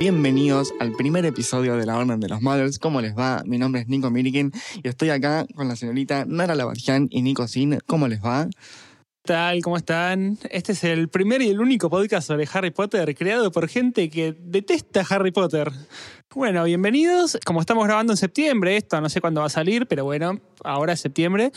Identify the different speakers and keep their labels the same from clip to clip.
Speaker 1: bienvenidos al primer episodio de La Orden de los Mothers. ¿Cómo les va? Mi nombre es Nico Mirikin y estoy acá con la señorita Nara Labarján y Nico Sin. ¿Cómo les va?
Speaker 2: ¿Qué tal? ¿Cómo están? Este es el primer y el único podcast sobre Harry Potter creado por gente que detesta Harry Potter. Bueno, bienvenidos. Como estamos grabando en septiembre, esto no sé cuándo va a salir, pero bueno, ahora es septiembre.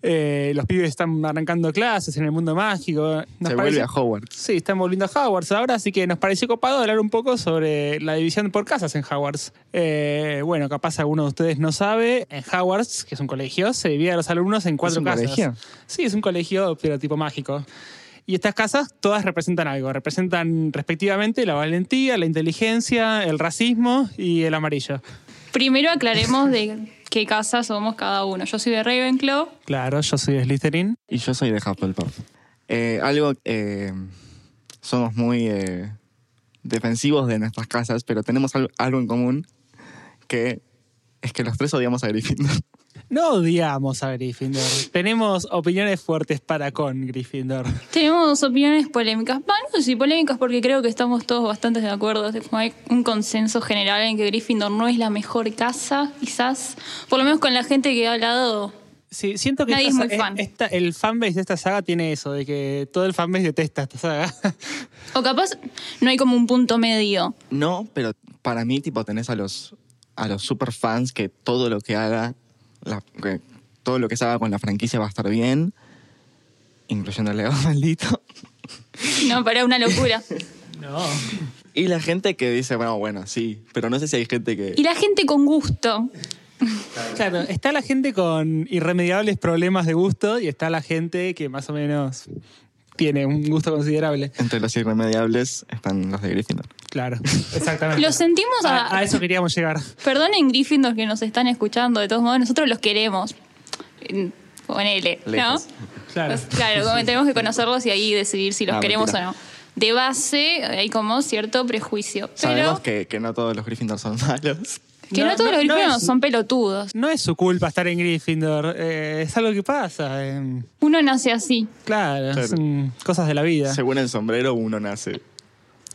Speaker 2: Eh, los pibes están arrancando clases en el mundo mágico. Nos
Speaker 1: Se
Speaker 2: parece-
Speaker 1: vuelve a Howard.
Speaker 2: Sí, están volviendo a Hogwarts ahora, así que nos pareció copado hablar un poco sobre la división por casas en Hogwarts. Eh, bueno, capaz alguno de ustedes no sabe, en Hogwarts, que es un colegio, se divide a los alumnos en cuatro
Speaker 1: un
Speaker 2: casas.
Speaker 1: colegio?
Speaker 2: Sí, es un colegio, pero tipo mágico. Y estas casas todas representan algo, representan respectivamente la valentía, la inteligencia, el racismo y el amarillo.
Speaker 3: Primero aclaremos de qué casa somos cada uno. Yo soy de Ravenclaw.
Speaker 2: Claro, yo soy de Slytherin.
Speaker 1: Y yo soy de Hufflepuff. Eh, algo, eh, somos muy eh, defensivos de nuestras casas, pero tenemos al- algo en común que es que los tres odiamos a Gryffindor.
Speaker 2: No odiamos a Gryffindor. Tenemos opiniones fuertes para con Gryffindor.
Speaker 3: Tenemos opiniones polémicas. Bueno, no sé si polémicas porque creo que estamos todos bastante de acuerdo. Es como Hay un consenso general en que Gryffindor no es la mejor casa, quizás. Por lo menos con la gente que he hablado.
Speaker 2: Sí, siento que
Speaker 3: Nadie
Speaker 2: esta
Speaker 3: es muy
Speaker 2: sa- eh,
Speaker 3: fan.
Speaker 2: esta- el fanbase de esta saga tiene eso, de que todo el fanbase detesta esta saga.
Speaker 3: O capaz no hay como un punto medio.
Speaker 1: No, pero para mí, tipo, tenés a los, a los super fans que todo lo que haga, la- que todo lo que se haga con la franquicia va a estar bien, incluyendo el legado maldito.
Speaker 3: No, para una locura.
Speaker 2: no.
Speaker 1: Y la gente que dice, bueno, bueno, sí, pero no sé si hay gente
Speaker 3: Y
Speaker 1: que...
Speaker 3: la gente con gusto.
Speaker 2: Claro, está la gente con irremediables problemas de gusto y está la gente que más o menos tiene un gusto considerable.
Speaker 1: Entre los irremediables están los de Gryffindor.
Speaker 2: Claro, exactamente.
Speaker 3: Lo sentimos
Speaker 2: a,
Speaker 3: a...
Speaker 2: a eso queríamos llegar.
Speaker 3: Perdonen Gryffindor que nos están escuchando. De todos modos, nosotros los queremos. Mm, Ponele, ¿no?
Speaker 1: Lejos.
Speaker 2: Claro.
Speaker 3: Pues, claro, como tenemos que conocerlos y ahí decidir si los
Speaker 1: Ah,
Speaker 3: queremos
Speaker 1: mentira.
Speaker 3: o no. De base hay como cierto prejuicio.
Speaker 1: Sabemos
Speaker 3: Pero
Speaker 1: que, que no todos los Gryffindor son malos.
Speaker 3: que no,
Speaker 2: No,
Speaker 3: todos
Speaker 2: no,
Speaker 3: los
Speaker 2: no
Speaker 3: gringos
Speaker 2: es-
Speaker 3: son pelotudos.
Speaker 2: No es su culpa estar en Gryffindor, eh, es algo que pasa. em,
Speaker 3: Uno nace así.
Speaker 2: claro,
Speaker 1: Claro.
Speaker 2: son cosas de la vida.
Speaker 1: Según el sombrero, uno nace.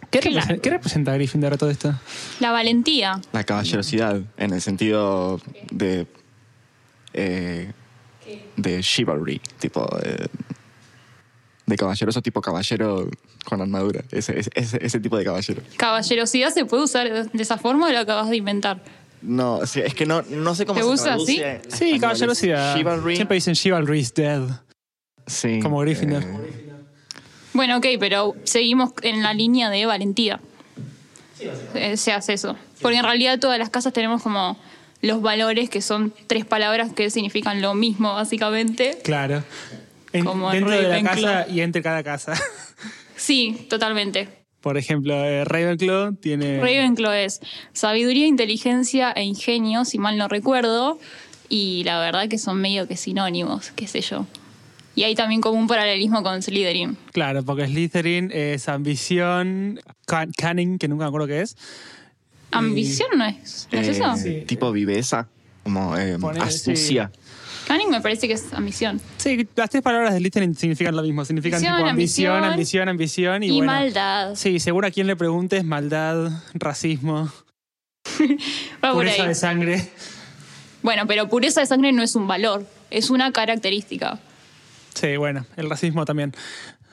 Speaker 2: ¿Qué,
Speaker 3: Claro.
Speaker 2: representa, ¿Qué representa Gryffindor a todo esto?
Speaker 3: La valentía.
Speaker 1: La caballerosidad, en el sentido de... eh, de chivalry, tipo... eh, de caballeroso, tipo caballero con armadura. Ese, ese- ese- ese tipo de caballero.
Speaker 3: Caballerosidad se puede usar de- de esa forma o lo acabas de inventar.
Speaker 1: No, o sea, es que no, no sé cómo
Speaker 3: ¿Te
Speaker 1: se
Speaker 3: gusta
Speaker 1: traduce
Speaker 3: así?
Speaker 1: a español.
Speaker 2: Sí,
Speaker 1: Es
Speaker 2: caballerosidad.
Speaker 1: Chivalry.
Speaker 2: Siempre dicen chivalry is dead.
Speaker 1: Sí, eh,
Speaker 2: como Gryffindor.
Speaker 3: Bueno, ok, pero seguimos en la línea de valentía. Eh, se hace eso. Porque en realidad todas las casas tenemos como los valores que son tres palabras que significan lo mismo, básicamente.
Speaker 2: Claro. En-
Speaker 3: Como en
Speaker 2: dentro de la
Speaker 3: Ravenclaw.
Speaker 2: casa y entre cada casa.
Speaker 3: Sí, totalmente.
Speaker 2: Por ejemplo, eh, Ravenclaw tiene.
Speaker 3: Ravenclaw es sabiduría, inteligencia e ingenio, si mal no recuerdo. Y la verdad que son medio que sinónimos, qué sé yo. Y hay también como un paralelismo con Slytherin.
Speaker 2: Claro, porque Slytherin es ambición, cun- cunning, que nunca me acuerdo qué es.
Speaker 3: Ambición no es, ¿no es
Speaker 1: Eh,
Speaker 3: eso?
Speaker 2: Sí.
Speaker 1: Tipo viveza, como eh,
Speaker 2: Ponele,
Speaker 1: astucia.
Speaker 3: Cunning me parece que es ambición.
Speaker 2: Sí, las tres palabras de Slytherin significan lo mismo. Significan
Speaker 3: Ambición,
Speaker 2: tipo ambición, ambición,
Speaker 3: ambición,
Speaker 2: ambición y,
Speaker 3: Y,
Speaker 2: bueno.
Speaker 3: maldad.
Speaker 2: Sí, seguro a quien le preguntes, maldad, racismo,
Speaker 3: Va por
Speaker 2: pureza
Speaker 3: ahí.
Speaker 2: de sangre.
Speaker 3: Bueno, pero pureza de sangre no es un valor, es una característica.
Speaker 2: Sí, bueno, el racismo también.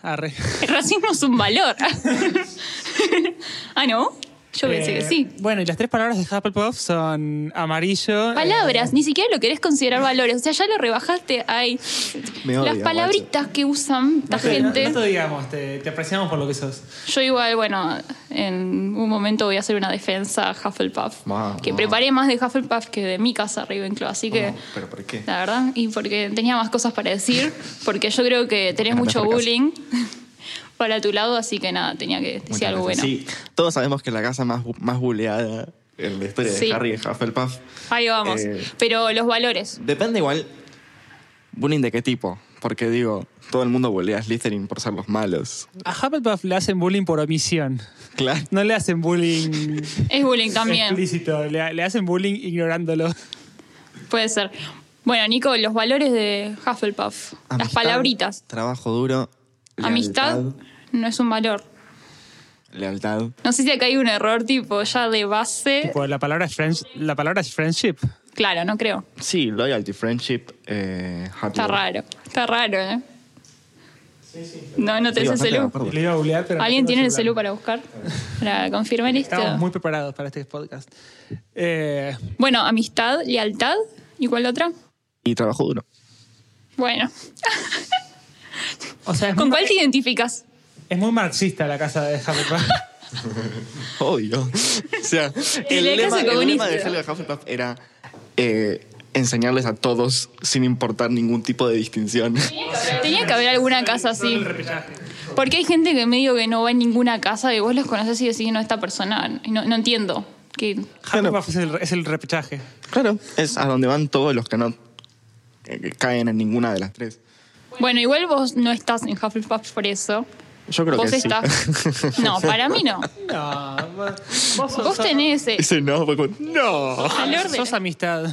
Speaker 2: Arre.
Speaker 3: El racismo es un valor. ah, ¿no? Yo pensé
Speaker 2: Eh,
Speaker 3: que sí.
Speaker 2: Bueno, y las tres palabras de Hufflepuff son amarillo. eh,
Speaker 3: Palabras, ni siquiera lo querés considerar valores. O sea, ya lo rebajaste ahí.
Speaker 1: Me odia,
Speaker 3: Las palabritas que usan esta
Speaker 2: no te-
Speaker 3: gente.
Speaker 2: No te digamos, te, te apreciamos por lo que sos.
Speaker 3: Yo igual, bueno, en un momento voy a hacer una defensa a Hufflepuff.
Speaker 1: Wow,
Speaker 3: que
Speaker 1: wow.
Speaker 3: preparé más de Hufflepuff que de mi casa Ravenclaw. Así que,
Speaker 1: No, ¿Pero por qué?
Speaker 3: la verdad, y porque tenía más cosas para decir. Porque yo creo que tenés
Speaker 1: Era
Speaker 3: mucho
Speaker 1: mejor casa.
Speaker 3: bullying para tu lado. Así que nada, tenía que decir
Speaker 1: Muchas
Speaker 3: algo bueno.
Speaker 1: gracias. Sí, todos sabemos que la casa más, bu- más buleada en la historia
Speaker 3: Sí.
Speaker 1: de Harry es Hufflepuff.
Speaker 3: Ahí vamos.
Speaker 1: Eh.
Speaker 3: Pero los valores.
Speaker 1: Depende igual, bullying de qué tipo. Porque digo, todo el mundo bulea a Slytherin por ser los malos.
Speaker 2: A Hufflepuff le hacen bullying por omisión.
Speaker 1: Claro.
Speaker 2: No le hacen bullying
Speaker 3: Es bullying también.
Speaker 2: explícito. Le, le hacen bullying ignorándolo.
Speaker 3: Puede ser. Bueno, Nico, los valores de Hufflepuff. las
Speaker 1: Amistad,
Speaker 3: palabritas.
Speaker 1: Trabajo duro.
Speaker 3: Amistad
Speaker 1: lealtad.
Speaker 3: no es un valor.
Speaker 1: lealtad.
Speaker 3: No sé si acá hay un error tipo ya de base.
Speaker 2: Tipo, la palabra es friends- la palabra es friendship.
Speaker 3: Claro, no creo.
Speaker 1: Sí, loyalty, friendship, eh,
Speaker 3: Está
Speaker 1: hardware.
Speaker 3: raro. Está raro, ¿eh? No, no
Speaker 1: Sí,
Speaker 3: tenés el
Speaker 1: bastante
Speaker 3: celu.
Speaker 1: acuerdo.
Speaker 2: Le iba a googlear, pero no
Speaker 3: ¿Alguien
Speaker 2: tengo
Speaker 3: tiene el
Speaker 2: celular.
Speaker 3: celu para buscar? Para confirmar esto.
Speaker 2: Estamos muy preparados para este podcast. Eh,
Speaker 3: Bueno, amistad, lealtad. ¿Y cuál otra?
Speaker 1: Y trabajo duro.
Speaker 3: Bueno.
Speaker 2: o sea, es
Speaker 3: ¿Con
Speaker 2: muy,
Speaker 3: cuál te identificas?
Speaker 2: es muy marxista la casa de Harry Potter.
Speaker 1: Obvio. O sea,
Speaker 3: la
Speaker 1: el lema,
Speaker 3: clase
Speaker 1: el lema
Speaker 3: comunista.
Speaker 1: de Helga Hufflepuff era eh, enseñarles a todos sin importar ningún tipo de distinción.
Speaker 3: Tenía que haber alguna casa así. Porque hay gente que medio que no va en ninguna casa y vos los conoces y decís, no, esta persona. No, no entiendo. Que,
Speaker 2: Harry Potter es el, es el repechaje.
Speaker 1: Claro, es a donde van todos los que no eh, que caen en ninguna de las tres.
Speaker 3: bueno, igual vos no estás en Hufflepuff por eso.
Speaker 1: Yo creo
Speaker 3: vos
Speaker 1: que sí.
Speaker 3: estás. No, para mí no.
Speaker 2: No, vos,
Speaker 3: Vos tenés ese
Speaker 1: Dice no, fue como, no.
Speaker 3: calor de.
Speaker 2: Sos amistad.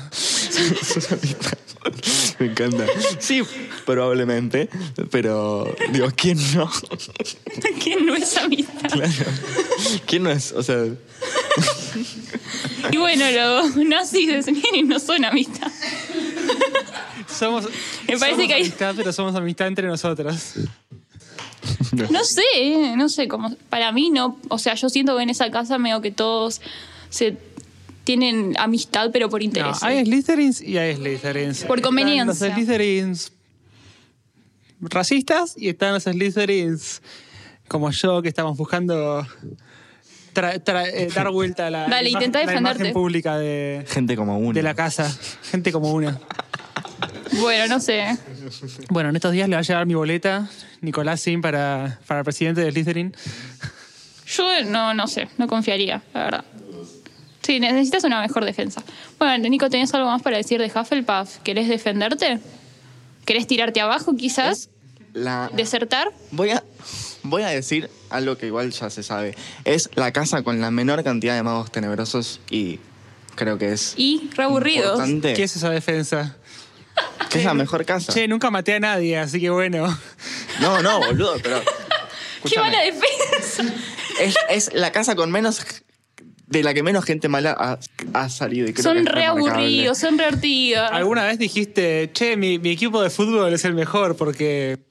Speaker 1: Me encanta. Sí, probablemente, pero digo, ¿quién no?
Speaker 3: que no es amistad.
Speaker 1: Claro. ¿Quién no es? O sea,
Speaker 3: Y bueno, los nazis de Sneaky no son amistad.
Speaker 2: Somos,
Speaker 3: Me parece
Speaker 2: somos
Speaker 3: que hay-
Speaker 2: amistad, pero somos amistad entre nosotros.
Speaker 3: No sé, eh, no sé cómo. Para mí no. O sea, yo siento que en esa casa medio que todos se tienen amistad, pero por
Speaker 2: No,
Speaker 3: interés.
Speaker 2: hay Slytherins y hay Slytherins.
Speaker 3: Por conveniencia.
Speaker 2: Están los Slytherins racistas y están los Slytherins como yo que estamos buscando tra- tra- eh, dar vuelta a la,
Speaker 3: Dale,
Speaker 2: imagen-
Speaker 3: intentá
Speaker 2: la
Speaker 3: defenderte.
Speaker 2: imagen pública de,
Speaker 1: gente como uno.
Speaker 2: de la casa. Gente como una.
Speaker 3: Bueno, no sé. eh.
Speaker 2: Bueno, en estos días le va a llegar mi boleta, Nicolás Sim, para, para presidente de Slytherin.
Speaker 3: Yo no, no sé, no confiaría, la verdad. Sí, necesitas una mejor defensa. Bueno, Nico, ¿tenés algo más para decir de Hufflepuff? ¿Querés defenderte? ¿Querés tirarte abajo quizás?
Speaker 1: La-
Speaker 3: ¿Desertar?
Speaker 1: Voy a, voy a decir algo que igual ya se sabe. Es la casa con la menor cantidad de magos tenebrosos y creo que es
Speaker 3: Y reaburridos.
Speaker 1: importante
Speaker 2: ¿Qué es esa defensa?
Speaker 1: que es la mejor casa.
Speaker 2: Che, nunca maté a nadie, así que bueno.
Speaker 1: No, no, boludo, pero...
Speaker 3: ¡Qué
Speaker 1: escúchame.
Speaker 3: mala defensa!
Speaker 1: es, es la casa con menos... De la que menos gente mala ha, ha salido. Y creo que
Speaker 3: son
Speaker 1: es
Speaker 3: re
Speaker 1: remarcable.
Speaker 3: aburridos, son re ortigas.
Speaker 2: ¿Alguna vez dijiste, che, mi, mi equipo de fútbol es el mejor porque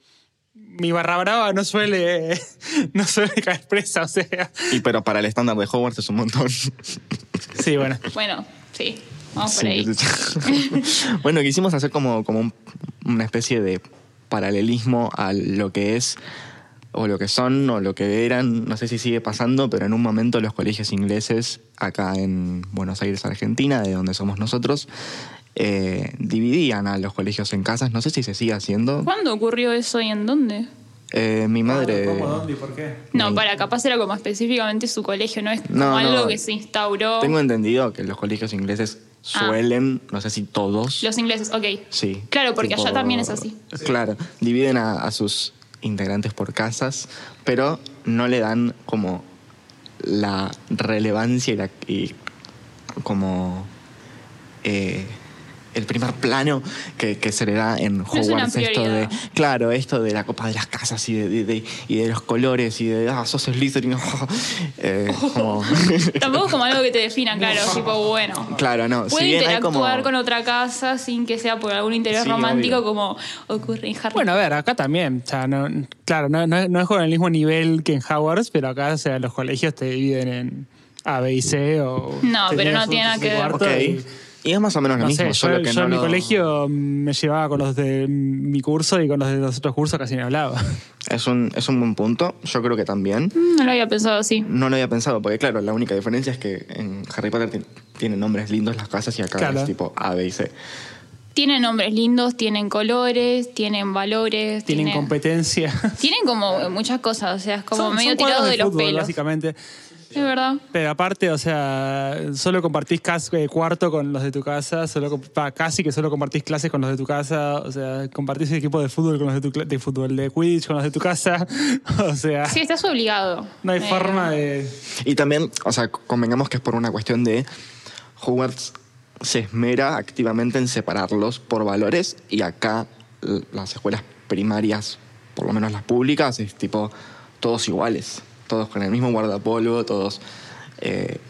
Speaker 2: mi barra brava no suele, no suele caer presa? O sea,
Speaker 1: Y pero para el estándar de Hogwarts es un montón.
Speaker 2: sí, bueno.
Speaker 3: Bueno, sí, vamos Ah, por
Speaker 1: Sí.
Speaker 3: ahí.
Speaker 1: bueno, quisimos hacer como, como un- una especie de paralelismo a lo que es o lo que son o lo que eran, no sé si sigue pasando, pero en un momento los colegios ingleses acá en Buenos Aires, Argentina, de donde somos nosotros, eh, dividían a los colegios en casas, no sé si se sigue haciendo.
Speaker 3: ¿Cuándo ocurrió eso y en dónde?
Speaker 1: Eh, mi madre...
Speaker 2: y por qué?
Speaker 3: No,
Speaker 1: Ni-
Speaker 3: para capaz era como específicamente su colegio, no es como
Speaker 1: No, no.
Speaker 3: algo que se instauró.
Speaker 1: Tengo entendido que los colegios ingleses
Speaker 3: Ah.
Speaker 1: suelen, no sé si todos,
Speaker 3: Los ingleses, ok.
Speaker 1: Sí.
Speaker 3: Claro, porque allá también es así.
Speaker 1: Claro, dividen a, a sus integrantes por casas, pero no le dan como la relevancia y, la, y como eh, el primer plano que, que se le da en
Speaker 3: es una
Speaker 1: Hogwarts. esto de,
Speaker 3: prioridad.
Speaker 1: claro, esto de la copa de las casas y de, de- de- y de los colores y de, ah, sos Slytherin. eh, como-
Speaker 3: Tampoco es como algo que te defina, claro, tipo, bueno.
Speaker 1: claro, no.
Speaker 3: Puede
Speaker 1: si bien hay como,
Speaker 3: interactuar con otra casa sin que sea por algún interés
Speaker 1: Sí,
Speaker 3: romántico
Speaker 1: obvio.
Speaker 3: como ocurre en Harry
Speaker 2: Bueno, a ver, acá también. O sea, no, claro, no, no- no es con el mismo nivel que en Hogwarts, pero acá o sea, los colegios te dividen en A, B y C o... tenías
Speaker 3: No, pero no
Speaker 2: un
Speaker 3: tiene nada que ver.
Speaker 2: cuarto
Speaker 1: Ok.
Speaker 2: y-
Speaker 1: Y es más o menos lo
Speaker 2: No
Speaker 1: mismo,
Speaker 2: sé, yo,
Speaker 1: solo que
Speaker 2: yo
Speaker 1: no
Speaker 2: en mi
Speaker 1: lo-
Speaker 2: colegio me llevaba con los de mi curso y con los de los otros cursos casi no hablaba.
Speaker 1: Es un, es un buen punto, yo creo que también.
Speaker 3: Mm, No lo había pensado así.
Speaker 1: No lo había pensado, porque claro, la única diferencia es que en Harry Potter ti- tienen nombres lindos las casas y acá
Speaker 2: Claro.
Speaker 1: es tipo A, B y C.
Speaker 3: Tienen nombres lindos, tienen colores, tienen valores.
Speaker 2: Tienen competencia.
Speaker 3: Tienen como muchas cosas, o sea, es como
Speaker 2: Son-
Speaker 3: medio
Speaker 2: son cuadros
Speaker 3: tirado de, los
Speaker 2: fútbol,
Speaker 3: pelos.
Speaker 2: Básicamente.
Speaker 3: Es verdad.
Speaker 2: Pero aparte, o sea, solo compartís cas- eh, cuarto con los de tu casa, solo comp- pa, casi que solo compartís clases con los de tu casa, o sea, compartís el equipo de fútbol con los de tu cla- de fútbol, de Quidditch con los de tu casa, o sea,
Speaker 3: Sí, estás obligado.
Speaker 2: no hay
Speaker 3: Eh,
Speaker 2: forma de...
Speaker 1: Y también, o sea, convengamos que es por una cuestión de Hogwarts se esmera activamente en separarlos por valores y acá l- las escuelas primarias, por lo menos las públicas, es tipo todos iguales. todos con el mismo guardapolvo, todos eh,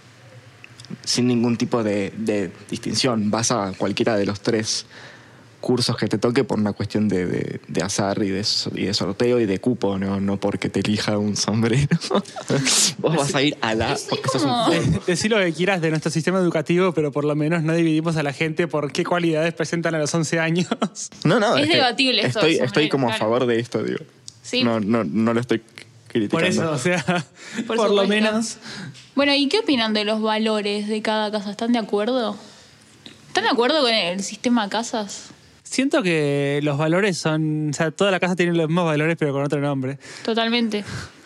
Speaker 1: sin ningún tipo de, de distinción. Vas a cualquiera de los tres cursos que te toque por una cuestión de, de- de azar y de, so- y de sorteo y de cupo, no, no porque te elija un sombrero. Vos vas a ir a la...
Speaker 3: Sí,
Speaker 1: Porque sos un
Speaker 3: como-
Speaker 1: juego.
Speaker 2: Decí lo que quieras de nuestro sistema educativo, pero por lo menos no dividimos a la gente por qué cualidades presentan a los 11 años.
Speaker 1: No, no,
Speaker 3: Es
Speaker 1: que
Speaker 3: debatible esto
Speaker 1: Estoy,
Speaker 3: del
Speaker 1: estoy como a
Speaker 3: sombrero,
Speaker 1: favor de esto, digo.
Speaker 3: Sí.
Speaker 1: No, no, no lo estoy criticando.
Speaker 2: Por eso, o sea, por,
Speaker 3: Por
Speaker 2: lo
Speaker 3: supuesto.
Speaker 2: menos.
Speaker 3: Bueno, ¿y qué opinan de los valores de cada casa? ¿Están de acuerdo? ¿Están de acuerdo con el sistema casas?
Speaker 2: Siento que los valores son. O sea, toda la casa tiene los mismos valores, pero con otro nombre.
Speaker 3: Totalmente.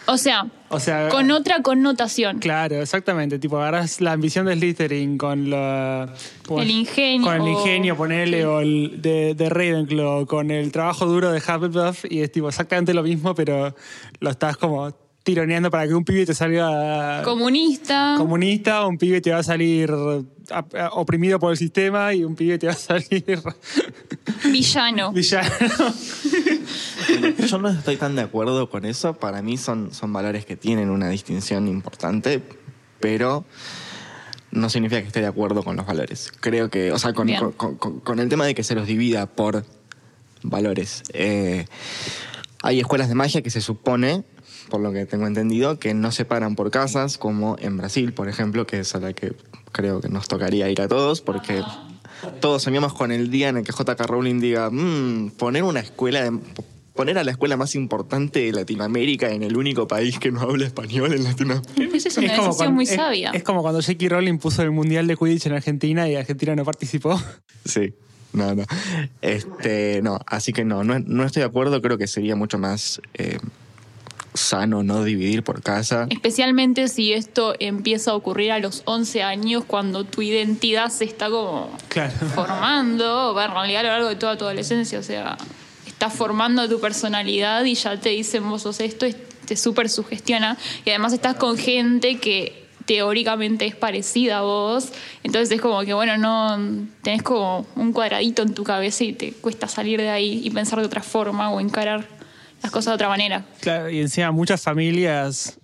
Speaker 3: O sea,
Speaker 2: O sea.
Speaker 3: con otra connotación.
Speaker 2: Claro, exactamente. Tipo, agarras la ambición de Slytherin con la. ¿cómo
Speaker 3: El
Speaker 2: es?
Speaker 3: ingenio
Speaker 2: Con el
Speaker 3: o-
Speaker 2: ingenio, ponele, o el de, de Ravenclaw, con el trabajo duro de Hufflepuff, y es tipo exactamente lo mismo, pero lo estás como tironeando para que un pibe te salga
Speaker 3: Comunista.
Speaker 2: comunista, un pibe te va a salir ap- oprimido por el sistema y un pibe te va a salir
Speaker 3: villano.
Speaker 2: villano.
Speaker 1: Yo no estoy tan de acuerdo con eso. Para mí son, son valores que tienen una distinción importante, pero no significa que esté de acuerdo con los valores. Creo que, o sea, con,
Speaker 3: Bien.
Speaker 1: con- con- con el tema de que se los divida por valores. Eh, hay escuelas de magia que se supone, por lo que tengo entendido, que no separan por casas, como en Brasil, por ejemplo, que es a la que creo que nos tocaría ir a todos, porque todos soñamos con el día en el que J.K. Rowling diga, "Mm, poner una escuela de- Poner a la escuela más importante de Latinoamérica en el único país que no habla español en Latinoamérica.
Speaker 3: Esa es una
Speaker 2: como
Speaker 3: decisión
Speaker 2: cuando-
Speaker 3: muy
Speaker 2: es-
Speaker 3: sabia.
Speaker 2: Es, como cuando Jackie Rowling puso el Mundial de Quidditch en Argentina y Argentina no participó.
Speaker 1: Sí, no, no. Este, no, así que no, no, no estoy de acuerdo. Creo que sería mucho más eh, sano no dividir por casa.
Speaker 3: Especialmente si esto empieza a ocurrir a los 11 años, cuando tu identidad se está como
Speaker 2: Claro.
Speaker 3: formando, bueno, en realidad a lo largo de toda tu adolescencia, o sea, estás formando tu personalidad y ya te dicen vos sos esto, es- te súper sugestiona y además estás con gente que teóricamente es parecida a vos, entonces es como que, bueno, no, tenés como un cuadradito en tu cabeza y te cuesta salir de ahí y pensar de otra forma o encarar las cosas de otra manera.
Speaker 2: Claro, y encima muchas familias,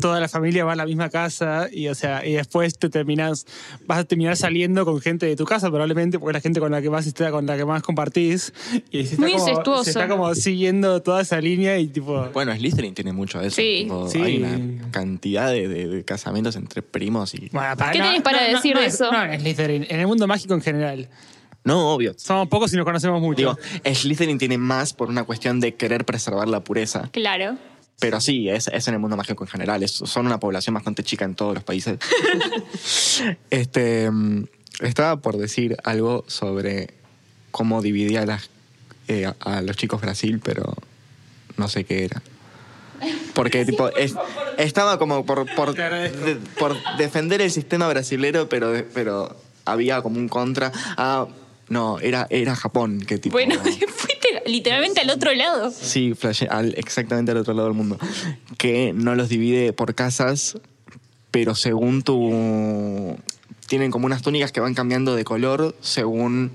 Speaker 2: toda la familia va a la misma casa y, o sea, y después te terminas, vas a terminar saliendo con gente de tu casa probablemente, porque la gente con la que más está, con la que más compartís. Y se está
Speaker 3: Muy
Speaker 2: como-
Speaker 3: incestuoso.
Speaker 2: Se está como siguiendo toda esa línea y tipo...
Speaker 1: Bueno, Slytherin tiene mucho de eso.
Speaker 3: Sí.
Speaker 1: Tipo,
Speaker 2: Sí.
Speaker 1: Hay una cantidad de, de- de casamientos entre primos y...
Speaker 2: Bueno, para-
Speaker 3: ¿Qué tenés para decir
Speaker 2: no,
Speaker 3: de
Speaker 2: es-
Speaker 3: eso?
Speaker 2: No, en Slytherin, en el mundo mágico en general.
Speaker 1: No, obvio.
Speaker 2: Somos pocos y nos conocemos mucho.
Speaker 1: Digo, Slytherin tiene más por una cuestión de querer preservar la pureza.
Speaker 3: Claro.
Speaker 1: Pero sí, es, es en el mundo mágico en general. Es- son una población bastante chica en todos los países. este, mm, estaba por decir algo sobre cómo dividía a, las, eh, a- a los chicos Brasil, pero no sé qué era. Porque tipo, es- estaba como por, por,
Speaker 2: Te agradezco.
Speaker 1: de- por defender el sistema brasilero, pero, de- pero había como un contra. Ah, no, era, era Japón que tipo...
Speaker 3: Bueno, fuiste literalmente al otro lado.
Speaker 1: Sí, flashe- al, exactamente al otro lado del mundo. Que no los divide por casas, pero según tu... Tienen como unas túnicas que van cambiando de color según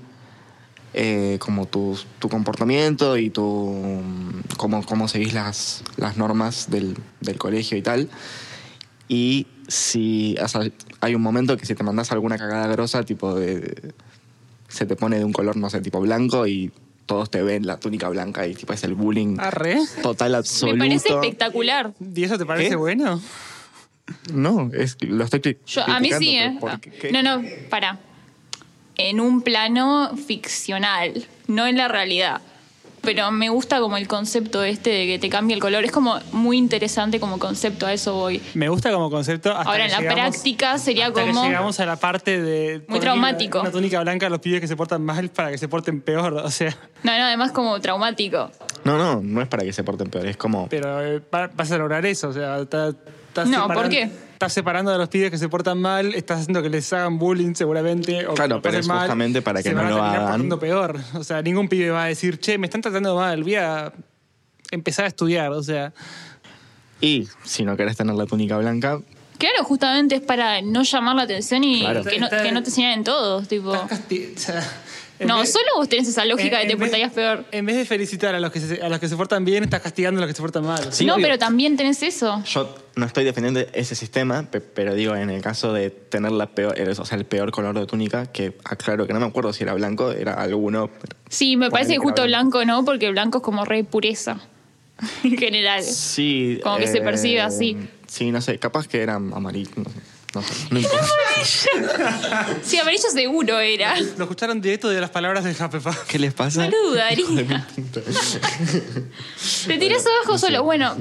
Speaker 1: eh, como tu, tu comportamiento y tu mm, cómo, cómo seguís las, las normas del, del colegio y tal. Y si o sea, hay un momento que si te mandás alguna cagada grosa, tipo de, se te pone de un color, no sé, tipo blanco y todos te ven la túnica blanca y tipo es el bullying
Speaker 2: Arre.
Speaker 1: total absoluto.
Speaker 3: Me parece espectacular.
Speaker 2: ¿Y eso te parece
Speaker 1: ¿Qué?
Speaker 2: bueno?
Speaker 1: No, es, lo estoy cri-
Speaker 3: Yo, a mí sí, ¿eh?
Speaker 1: criticando, pero ¿por qué?
Speaker 3: No, no, para. En un plano ficcional, no en la realidad. Pero me gusta como el concepto este de que te cambia el color. Es como muy interesante como concepto, a eso voy.
Speaker 2: Me gusta como concepto. hasta
Speaker 3: Ahora,
Speaker 2: que
Speaker 3: en la
Speaker 2: llegamos-
Speaker 3: práctica sería
Speaker 2: hasta que
Speaker 3: como...
Speaker 2: llegamos a la parte de. ponerle
Speaker 3: traumático.
Speaker 2: Una túnica blanca a los pibes que se portan mal para que se porten peor. O sea,
Speaker 3: No, no, además como traumático.
Speaker 1: No, no, no es para que se porten peor, es como...
Speaker 2: pero eh, va- vas a lograr eso. O sea, ta- estás
Speaker 3: No,
Speaker 2: separando-
Speaker 3: ¿por qué?
Speaker 2: Estás separando a los pibes que se portan mal, estás haciendo que les hagan bullying seguramente. O que
Speaker 1: Claro,
Speaker 2: la
Speaker 1: pero
Speaker 2: pasen
Speaker 1: es
Speaker 2: mal,
Speaker 1: justamente para que
Speaker 2: se
Speaker 1: no
Speaker 2: van a
Speaker 1: lo
Speaker 2: terminar
Speaker 1: hagan.
Speaker 2: portando peor. O sea, ningún pibe va a decir, che, me están tratando mal, voy a empezar a estudiar. O sea,
Speaker 1: Y si no querés tener la túnica blanca,
Speaker 3: Claro, justamente es para no llamar la atención y
Speaker 1: Claro.
Speaker 3: que, no,
Speaker 2: Está- está-
Speaker 3: que no te señalen todos, tipo...
Speaker 2: estás casti- o sea, En
Speaker 3: Oh. No,
Speaker 2: vez-
Speaker 3: solo vos tenés esa lógica de
Speaker 2: en-
Speaker 3: te
Speaker 2: en vez-
Speaker 3: portarías peor.
Speaker 2: En vez de felicitar a los que se, a los que se portan bien, estás castigando a los que se portan mal.
Speaker 1: Sí,
Speaker 3: no,
Speaker 1: obvio.
Speaker 3: pero también tenés eso.
Speaker 1: Yo no estoy defendiendo ese sistema, pe- pero digo, en el caso de tener la peor, el, o sea, el peor color de túnica, que aclaro que no me acuerdo si era blanco, era alguno. pero-
Speaker 3: Sí, me
Speaker 1: Ponele
Speaker 3: parece que
Speaker 1: que
Speaker 3: justo
Speaker 1: era
Speaker 3: blanco no, porque blanco es como re pureza en general.
Speaker 1: Sí. eh,
Speaker 3: Como que se percibe así.
Speaker 1: Sí, no sé, capaz que era amarillo. No sé, no, sé, no importa.
Speaker 3: Sí, amarillo seguro era.
Speaker 2: Lo escucharon directo de las palabras de Japepa.
Speaker 1: ¿Qué les pasa?
Speaker 3: No lo dudaría. Te tiras abajo solo. Bueno,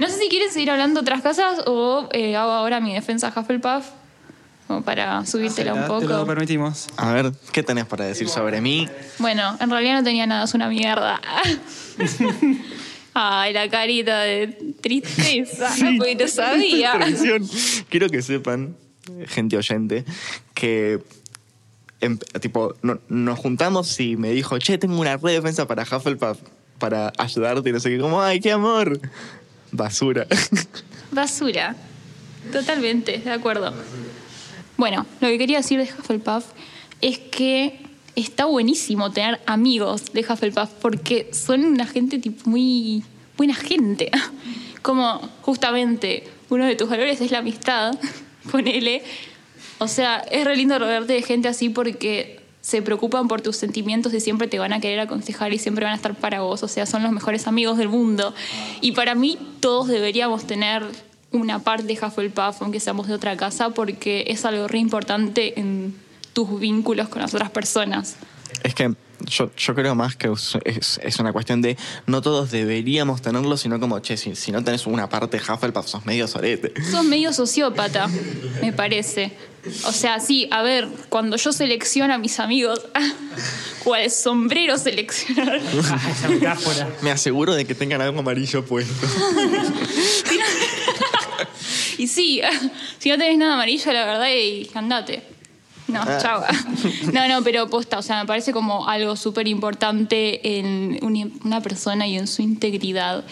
Speaker 3: no sé si quieren seguir hablando otras cosas o eh, hago ahora mi defensa a Hufflepuff. Como para subírtela un
Speaker 2: Te lo
Speaker 3: poco.
Speaker 2: permitimos.
Speaker 1: A ver, ¿qué tenés para decir sobre mí?
Speaker 3: Bueno, en realidad no tenía nada, es una mierda. Ay, la carita de tristeza, porque no sabía.
Speaker 1: Traición. Quiero que sepan, gente oyente, que em- tipo, no- nos juntamos y me dijo, che, tengo una red defensa para Hufflepuff para ayudarte y no sé qué, como, ay, qué amor. Basura.
Speaker 3: Basura. Totalmente, de acuerdo. Bueno, lo que quería decir de Hufflepuff es que está buenísimo tener amigos de Hufflepuff porque son una gente tipo muy buena gente. Como justamente uno de tus valores es la amistad, ponele. O sea, es re lindo rodearte de gente así porque se preocupan por tus sentimientos y siempre te van a querer aconsejar y siempre van a estar para vos. O sea, son los mejores amigos del mundo. Y para mí todos deberíamos tener una parte de Hufflepuff, aunque seamos de otra casa, porque es algo re importante en tus vínculos con las otras personas.
Speaker 1: es que yo, yo creo más que es, es- es una cuestión de no todos deberíamos tenerlo, sino como, che, si, si no tenés una parte Hufflepuff, sos medio sorete.
Speaker 3: Sos medio sociópata, me parece. O sea, sí, a ver, cuando yo selecciono a mis amigos, cuál sombrero seleccionar?
Speaker 2: Ah, esa metáfora.
Speaker 1: Me aseguro de que tengan algo amarillo puesto.
Speaker 3: Y sí, si no tenés nada amarillo, la verdad, y andate. No,
Speaker 1: Ah.
Speaker 3: chao. No, no, pero posta, o sea, me parece como algo súper importante en uni- una persona y en su integridad.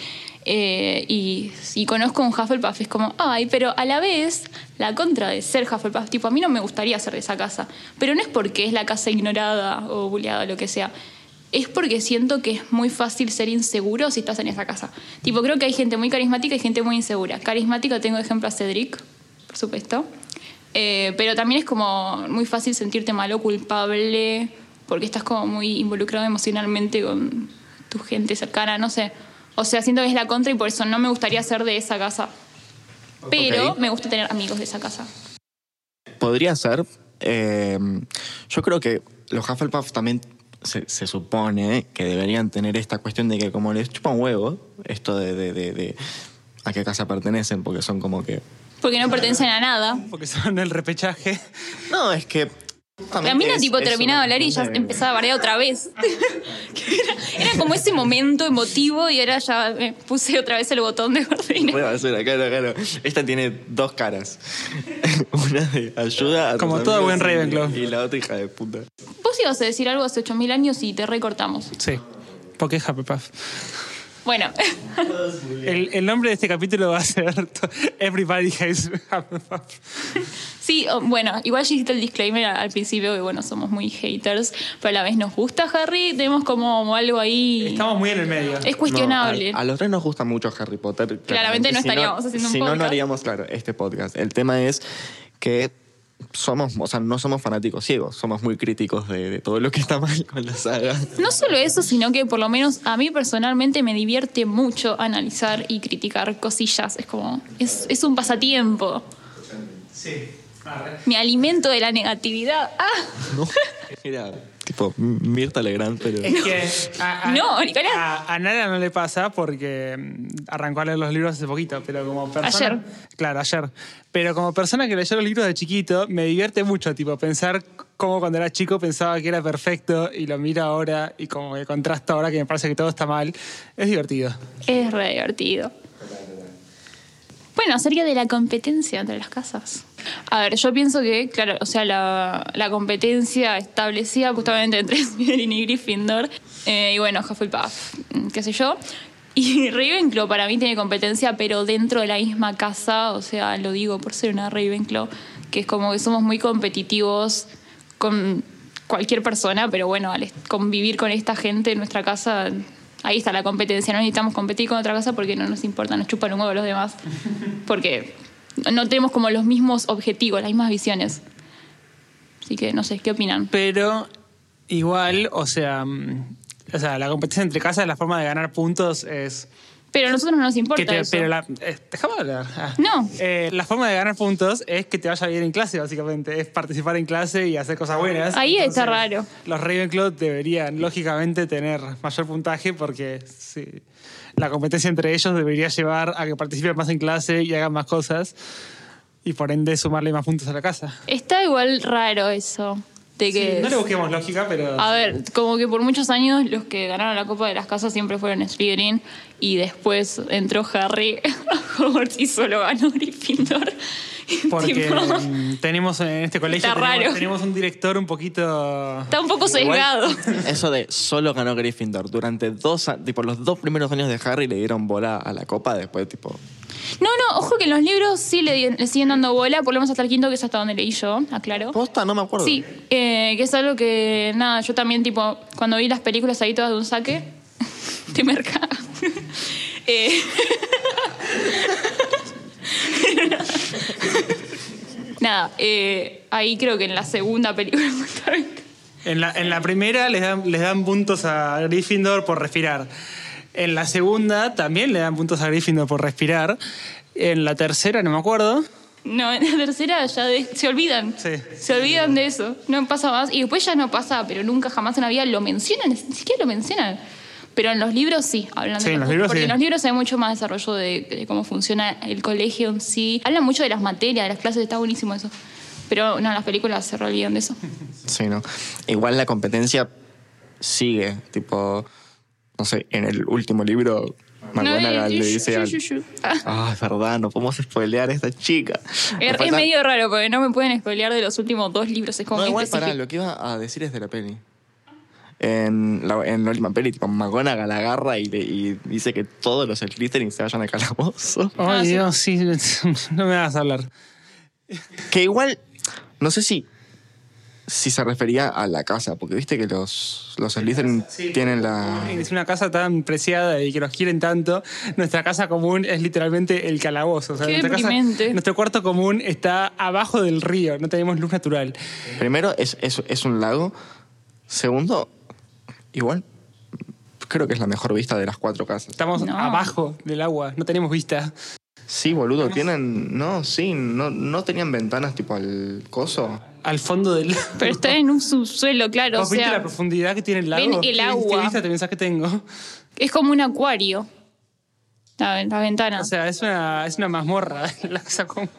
Speaker 3: Eh, y si conozco un Hufflepuff, es como, ay, pero a la vez, la contra de ser Hufflepuff, tipo, a mí no me gustaría ser de esa casa, pero no es porque es la casa ignorada o buleada o lo que sea. Es porque siento que es muy fácil ser inseguro si estás en esa casa. Tipo, creo que hay gente muy carismática y gente muy insegura. Carismática, tengo de ejemplo a Cedric, por supuesto. Eh, pero también es como muy fácil sentirte malo, culpable, porque estás como muy involucrado emocionalmente con tu gente cercana, no sé. O sea, siento que es la contra y por eso no me gustaría ser de esa casa. Pero
Speaker 1: Ok.
Speaker 3: me gusta tener amigos de esa casa.
Speaker 1: Podría ser. eh, yo creo que los Hufflepuff también se, se supone que deberían tener esta cuestión de que como les chupan huevo, esto de, de- de- de a qué casa pertenecen, porque son como que...
Speaker 3: Porque no pertenecen a nada.
Speaker 2: Porque son el repechaje.
Speaker 1: No, es que...
Speaker 3: La
Speaker 1: también
Speaker 3: mina
Speaker 1: es-
Speaker 3: tipo
Speaker 1: es
Speaker 3: terminaba de
Speaker 1: una
Speaker 3: hablar y ya
Speaker 1: cuestión de-
Speaker 3: empezaba a bardear otra vez. Que era, era como ese momento emotivo y ahora ya me puse otra vez el botón de
Speaker 1: Voy
Speaker 3: ordena.
Speaker 1: a hacer, claro, claro. Esta tiene dos caras. Una de ayuda a tus
Speaker 2: Como todo
Speaker 1: amigos
Speaker 2: buen
Speaker 1: y-
Speaker 2: Ravenclaw.
Speaker 1: Y la otra hija de puta.
Speaker 3: Vos ibas a decir algo hace 8.000 años y te recortamos.
Speaker 2: Sí. Porque es Hufflepuff.
Speaker 3: Bueno,
Speaker 2: El, el nombre de este capítulo va a ser to- Everybody Hates Hufflepuff.
Speaker 3: sí, o- bueno, igual ya hiciste el disclaimer al al principio que bueno, somos muy haters, pero a la vez nos gusta Harry, tenemos como algo ahí...
Speaker 2: Estamos muy en el medio.
Speaker 3: Es cuestionable.
Speaker 1: No, a, a los tres nos gusta mucho Harry Potter. Claramente,
Speaker 3: Claramente no
Speaker 1: Si
Speaker 3: estaríamos haciendo un
Speaker 1: Si no, no
Speaker 3: podcast.
Speaker 1: haríamos, claro, este podcast. El tema es que somos, o sea, no somos fanáticos ciegos, somos muy críticos de, de todo lo que está mal con la saga.
Speaker 3: No solo eso, sino que por lo menos a mí personalmente me divierte mucho analizar y criticar cosillas. Es como, es, es un pasatiempo.
Speaker 2: Sí.
Speaker 3: Me alimento de la negatividad. Ah,
Speaker 1: ¿no? Mira, tipo, Mirta Legrand, pero...
Speaker 2: Es que. A, a-
Speaker 3: No, Nicolás.
Speaker 2: A, a Nara no le pasa porque mm, arrancó a leer los libros hace poquito, pero como persona.
Speaker 3: Ayer.
Speaker 2: Claro, ayer. Pero como persona que leyó los libros de chiquito, me divierte mucho, tipo, pensar cómo cuando era chico pensaba que era perfecto y lo miro ahora y como el contrasto ahora que me parece que todo está mal. Es divertido.
Speaker 3: es re divertido. Bueno, acerca de la competencia entre las casas. A ver, yo pienso que, claro, o sea, la, la competencia establecida justamente entre Slytherin y Gryffindor, eh, y bueno, Hufflepuff, mm, qué sé yo. Y Ravenclaw para mí tiene competencia, pero dentro de la misma casa, o sea, lo digo por ser una Ravenclaw, que es como que somos muy competitivos con cualquier persona, pero bueno, al est- convivir con esta gente en nuestra casa, ahí está la competencia. No necesitamos competir con otra casa porque no nos importa, nos chupan un huevo los demás. Porque no tenemos como los mismos objetivos, las mismas visiones. Así que no sé, ¿qué opinan?
Speaker 2: Pero igual, o sea, mm, o sea, la competencia entre casas, la forma de ganar puntos es...
Speaker 3: Pero a nosotros no nos importa.
Speaker 2: que te-
Speaker 3: eso.
Speaker 2: pero la, eh, déjame hablar. Ah.
Speaker 3: No.
Speaker 2: Eh, la forma de ganar puntos es que te vaya bien en clase, básicamente. Es participar en clase y hacer cosas buenas.
Speaker 3: Ahí está raro.
Speaker 2: Los Ravenclaw deberían, lógicamente, tener mayor puntaje porque sí, la competencia entre ellos debería llevar a que participen más en clase y hagan más cosas y por ende sumarle más puntos a la casa.
Speaker 3: Está igual raro eso. De que
Speaker 2: Sí, no le busquemos lógica, pero...
Speaker 3: A ver, como que por muchos años los que ganaron la Copa de las Casas siempre fueron Slytherin y después entró Harry a Hogwarts y solo ganó Gryffindor.
Speaker 2: Porque
Speaker 3: Tipo,
Speaker 2: mm, tenemos en este colegio
Speaker 3: Está
Speaker 2: tenemos,
Speaker 3: raro.
Speaker 2: tenemos un director un poquito...
Speaker 3: está un poco sesgado.
Speaker 1: Igual, Eso de solo ganó Gryffindor. Durante dos, a- tipo, los dos primeros años de Harry le dieron bola a la copa. Después, tipo,
Speaker 3: No, no, ojo que en los libros sí le, di- le siguen dando bola, por lo menos hasta el quinto, que es hasta donde leí yo, aclaro.
Speaker 1: posta, no me acuerdo.
Speaker 3: Sí, eh, que es algo que, nada, yo también, tipo, cuando vi las películas ahí todas de un saque, te merca. Eh, nada, eh, ahí creo que en la segunda película.
Speaker 2: En la, en la primera les dan, les dan puntos a Gryffindor por respirar. En la segunda también le dan puntos a Gryffindor por respirar. En la tercera, no me acuerdo.
Speaker 3: No, en la tercera ya de- se olvidan.
Speaker 2: Sí.
Speaker 3: Se olvidan de eso. No pasa más. Y después ya no pasa, pero nunca jamás en la vida lo mencionan, ni siquiera lo mencionan. Pero en los libros sí, hablan de
Speaker 2: Sí, en los
Speaker 3: cosas-
Speaker 2: libros
Speaker 3: Porque
Speaker 2: sí.
Speaker 3: en los libros hay mucho más desarrollo de, de cómo funciona el colegio en sí. Hablan mucho de las materias, de las clases, está buenísimo eso. Pero no, en las películas se re olvidan de eso.
Speaker 1: Sí, ¿no? Igual la competencia sigue. Tipo, no sé, en el último libro, McGonagall
Speaker 3: No, eh, y-
Speaker 1: le
Speaker 3: y-
Speaker 1: dice
Speaker 3: y-
Speaker 1: al...
Speaker 3: y- y- y- Ah.
Speaker 1: Ah, es verdad, no podemos spoilear a esta chica. Nos
Speaker 3: Es, es
Speaker 1: faltan-
Speaker 3: medio raro porque no me pueden spoilear de los últimos dos libros. Es como
Speaker 1: No,
Speaker 3: muy
Speaker 1: igual,
Speaker 3: específico.
Speaker 1: pará, lo que iba a decir es de la peli. En la, en la última peli, tipo, McGonagall agarra y, le- y dice que todos los Slytherin se vayan al calabozo.
Speaker 2: Ay,
Speaker 3: Ah, sí.
Speaker 2: Dios, sí, no me hagas hablar.
Speaker 1: Que igual, no sé si, si se refería a la casa, porque viste que los, los Slytherin tienen la...
Speaker 2: Es una casa tan preciada y que nos quieren tanto. Nuestra casa común es literalmente el calabozo. O sea,
Speaker 3: Qué
Speaker 2: nuestra casa-
Speaker 3: deprimente.
Speaker 2: nuestro cuarto común está abajo del río, no tenemos luz natural.
Speaker 1: Primero, es, es, es un lago. Segundo, igual, creo que es la mejor vista de las cuatro casas.
Speaker 2: Estamos
Speaker 3: No.
Speaker 2: abajo del agua, no tenemos vista.
Speaker 1: Sí, boludo, tienen... No, sí, no, no tenían ventanas tipo al coso.
Speaker 2: Al fondo del lago.
Speaker 3: Pero está en un subsuelo, claro. O
Speaker 2: ¿Vos viste
Speaker 3: sea,
Speaker 2: la profundidad que tiene el
Speaker 3: ven
Speaker 2: lago?
Speaker 3: el
Speaker 2: ¿Qué- qué
Speaker 3: agua.
Speaker 2: vista te pensás que tengo?
Speaker 3: es como un acuario. La, la ventana.
Speaker 2: O sea, es una, es una mazmorra la casa común.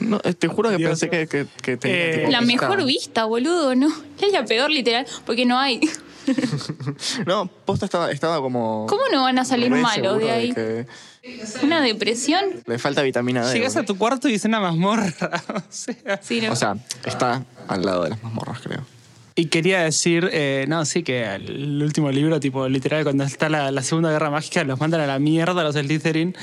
Speaker 1: No, eh, te juro que
Speaker 2: Dios.
Speaker 1: pensé que, que, que tenía,
Speaker 2: Eh,
Speaker 1: tipo,
Speaker 3: La
Speaker 1: vista.
Speaker 3: mejor vista, boludo, ¿no? Es la peor, literal, porque no hay.
Speaker 1: No, posta estaba, estaba como...
Speaker 3: ¿Cómo no van a salir
Speaker 1: re
Speaker 3: malos
Speaker 1: seguro
Speaker 3: de ahí?
Speaker 1: que
Speaker 3: ¿Una depresión?
Speaker 1: le falta vitamina D.
Speaker 2: Llegas
Speaker 1: boludo.
Speaker 2: a tu cuarto y es una mazmorra. O sea.
Speaker 3: Sí, no.
Speaker 1: O sea, está al lado de las mazmorras, creo.
Speaker 2: Y quería decir, eh, no, sí, que el último libro, tipo, literal, cuando está la, la Segunda Guerra Mágica, los mandan a la mierda a los Slytherin.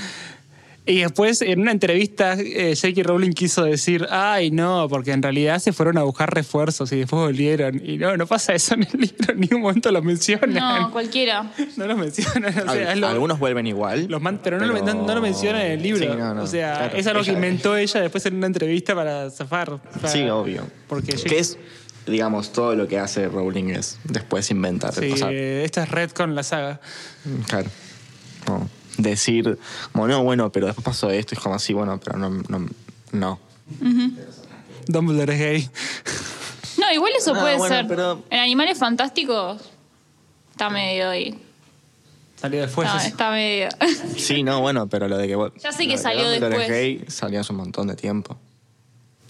Speaker 2: Y después, en una entrevista, eh, J.K. Rowling quiso decir, ay, no, porque en realidad se fueron a buscar refuerzos y después volvieron. Y no, no pasa eso en el libro, en ningún momento lo mencionan.
Speaker 3: no,
Speaker 2: No,
Speaker 3: cualquiera.
Speaker 2: lo mencionan. O sea,
Speaker 1: Al-
Speaker 2: es lo-
Speaker 1: Algunos vuelven igual.
Speaker 2: Los man- pero, no, lo, men- no lo menciona en el libro.
Speaker 1: Sí, no, no,
Speaker 2: o sea,
Speaker 1: claro,
Speaker 2: es algo que
Speaker 1: ella-
Speaker 2: inventó ella después en una entrevista para zafar. O sea,
Speaker 1: Sí, obvio.
Speaker 2: Porque
Speaker 1: que es, digamos, todo lo que hace Rowling es después inventar.
Speaker 2: Sí,
Speaker 1: o sea,
Speaker 2: esta es red con la saga.
Speaker 1: claro. No, decir, como, no, bueno, pero después pasó esto y es como así, bueno, pero no. no, no.
Speaker 2: Dumbledore es gay.
Speaker 3: No, igual eso
Speaker 1: No,
Speaker 3: puede
Speaker 1: bueno,
Speaker 3: ser.
Speaker 1: pero-
Speaker 3: En Animales Fantásticos está medio ahí.
Speaker 2: Salió después.
Speaker 3: Está, está medio.
Speaker 1: Sí, no, bueno, pero lo de que. vos-
Speaker 3: Ya sé
Speaker 1: lo
Speaker 3: que
Speaker 1: de
Speaker 3: salió
Speaker 1: Dumbledore es
Speaker 3: después.
Speaker 1: gay salió hace un montón de tiempo.